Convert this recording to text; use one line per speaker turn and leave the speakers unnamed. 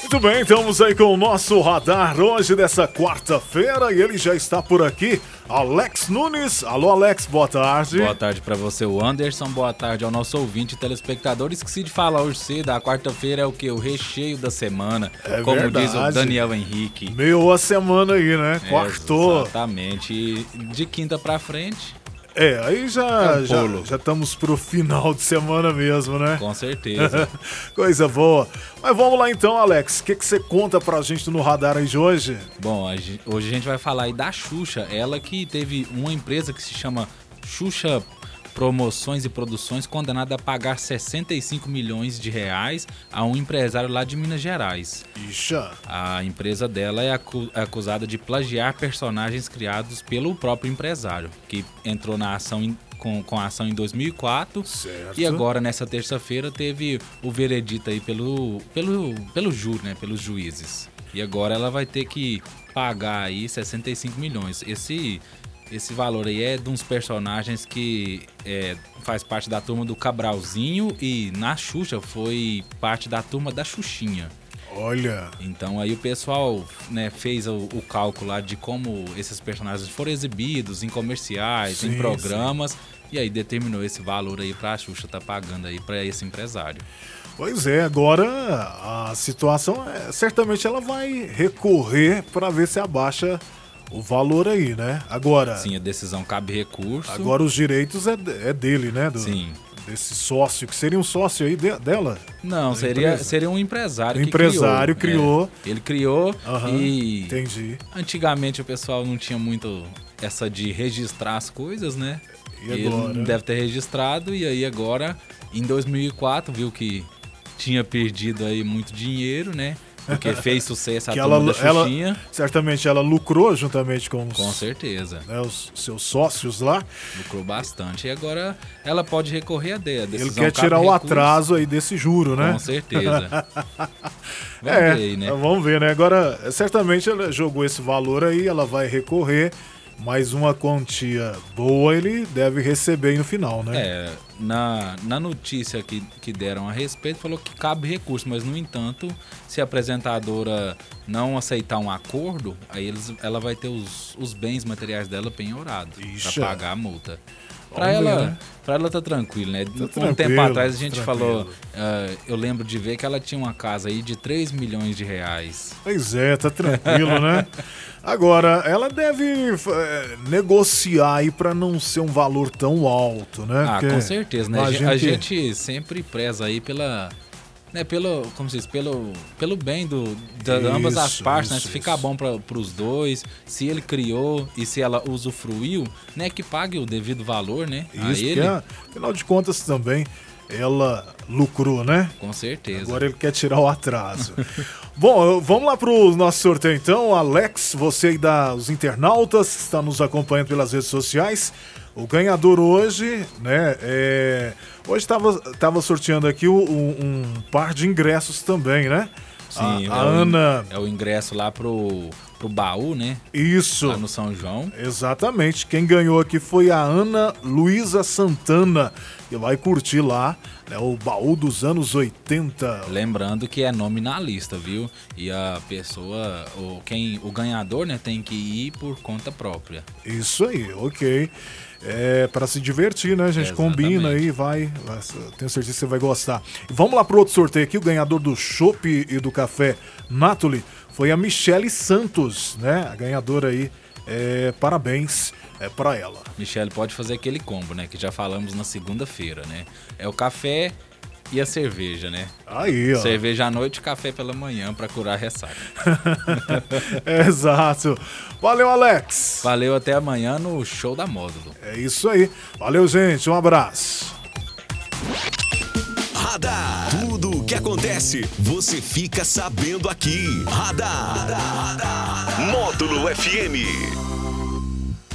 Muito bem, estamos aí com o nosso radar hoje dessa quarta-feira e ele já está por aqui, Alex Nunes. Alô, Alex, boa tarde.
Boa tarde pra você, o Anderson. Boa tarde ao nosso ouvinte, telespectador. Esqueci de falar hoje cedo. A quarta-feira é o que? O recheio da semana.
É
como diz o
verdade.
Daniel Henrique. É,
Meio a semana aí, né? Quartou.
Exatamente. E de quinta pra frente,
É, aí já,
É um
já,
pulo.
já estamos pro final de semana mesmo, né?
com certeza.
Coisa boa. Mas vamos lá então, Alex. O que, que você conta pra gente no radar aí de hoje?
Bom, a gen- hoje a gente vai falar aí da Xuxa, ela que teve uma empresa que se chama Xuxa Promoções e Produções condenada a pagar 65 milhões de reais a um empresário lá de Minas Gerais.
Ixa.
A empresa dela é acu- acusada de plagiar personagens criados pelo próprio empresário, que entrou na ação em- com, com a ação em 2004.
Certo.
E agora, nessa terça-feira, teve o veredito aí pelo, pelo, pelo júri, né? Pelos juízes. E agora ela vai ter que pagar aí 65 milhões. Esse, esse valor aí é de uns personagens que é, faz parte da turma do Cabralzinho e na Xuxa foi parte da turma da Xuxinha.
Olha.
Então aí o pessoal né, fez o, o cálculo lá de como esses personagens foram exibidos em comerciais,
Sim,
em programas, e aí determinou esse valor aí pra Xuxa tá pagando aí pra esse empresário.
Pois é, agora a situação é. Certamente ela vai recorrer pra ver se abaixa o valor aí, né? Agora.
Sim, a decisão cabe recurso.
Agora os direitos é, é dele, né? Do,
Sim.
Desse sócio, que seria um sócio aí de- dela.
Não,
Da
seria,
empresa.
seria um empresário.
O
que
empresário criou.
né? Ele criou
Aham,
e
Entendi.
antigamente o pessoal não tinha muito essa de registrar as coisas, né?
E agora?
Ele não deve ter registrado e aí agora, em 2004, viu que tinha perdido aí muito dinheiro, né? Porque fez sucesso a
que ela,
turma tá da
ela
Xuxinha.
certamente ela lucrou juntamente com os,
Com certeza,
né, os seus sócios lá.
lucrou bastante. E agora ela pode recorrer a de- a decisão.
Ele quer
cabe
tirar o
recurso.
atraso aí desse juro, né?
Com certeza. Vamos
é,
ver aí, né?
vamos ver, né? Agora, certamente ela jogou esse valor aí, ela vai recorrer, mas uma quantia boa ele deve receber aí no final, né?
É, na, na notícia que, que deram a respeito, falou que cabe recurso, mas no entanto, se a apresentadora não aceitar um acordo, aí eles, ela vai ter os, os bens materiais dela penhorados
Ixi.
para pagar a multa. Pra
Vamos ver,
ela,
né?
pra ela tá tranquilo, né? um
tranquilo, tá
tempo atrás a gente
tranquilo.
falou, ah, eu lembro de ver que ela tinha uma casa aí de 3 milhões de reais.
Pois é, tá tranquilo, né? Agora, ela deve eh, negociar aí pra não ser um valor tão alto, né?
Ah,
Porque
com certeza, né? A gente,
imagino que-
sempre preza aí pela. Né, pelo, como se diz, pelo, pelo bem do, de ambas as
Isso,
partes, né?
isso,
Se ficar
isso.
bom para os dois, se ele criou e se ela usufruiu, né? Que pague o devido valor, né? a
Isso,
ele,
que é, afinal de contas também, ela lucrou, né?
com certeza.
Agora ele quer tirar o atraso. Bom, eu- vamos lá pro nosso sorteio então. Alex, você e da, os internautas que está nos acompanhando pelas redes sociais. O ganhador hoje, né? é, Hoje estava tava sorteando aqui o- um, um par de ingressos também, né? A-
Sim,
a,
é o-
Ana.
É o ingresso lá pro, pro baú, né?
Isso.
Lá no São João.
Exatamente. Quem ganhou aqui foi a Ana Luísa Santana, que vai curtir lá né, o baú dos anos 80.
Lembrando que é nome na lista, viu? E a pessoa, ou quem, o ganhador, né, tem que ir por conta própria.
Isso aí, ok. É para se divertir, né? A gente
Exatamente.
combina aí, vai. vai- Tenho certeza que você vai gostar. E Vamos lá pro outro sorteio aqui. O ganhador do chopp e do café Natoli foi a Michele Santos, né? A ganhadora aí. É, parabéns é para ela.
Michele pode fazer aquele combo, né? Que já falamos na segunda-feira, né? É o café e a cerveja, né?
Aí, ó.
Cerveja à noite, café pela manhã pra curar a ressaca.
Exato. Valeu, Alex.
Valeu, até amanhã no Show da Módulo.
É isso aí. Valeu, gente. Um abraço.
Radar. Tudo o que acontece, você fica sabendo aqui. Radar. Módulo FM.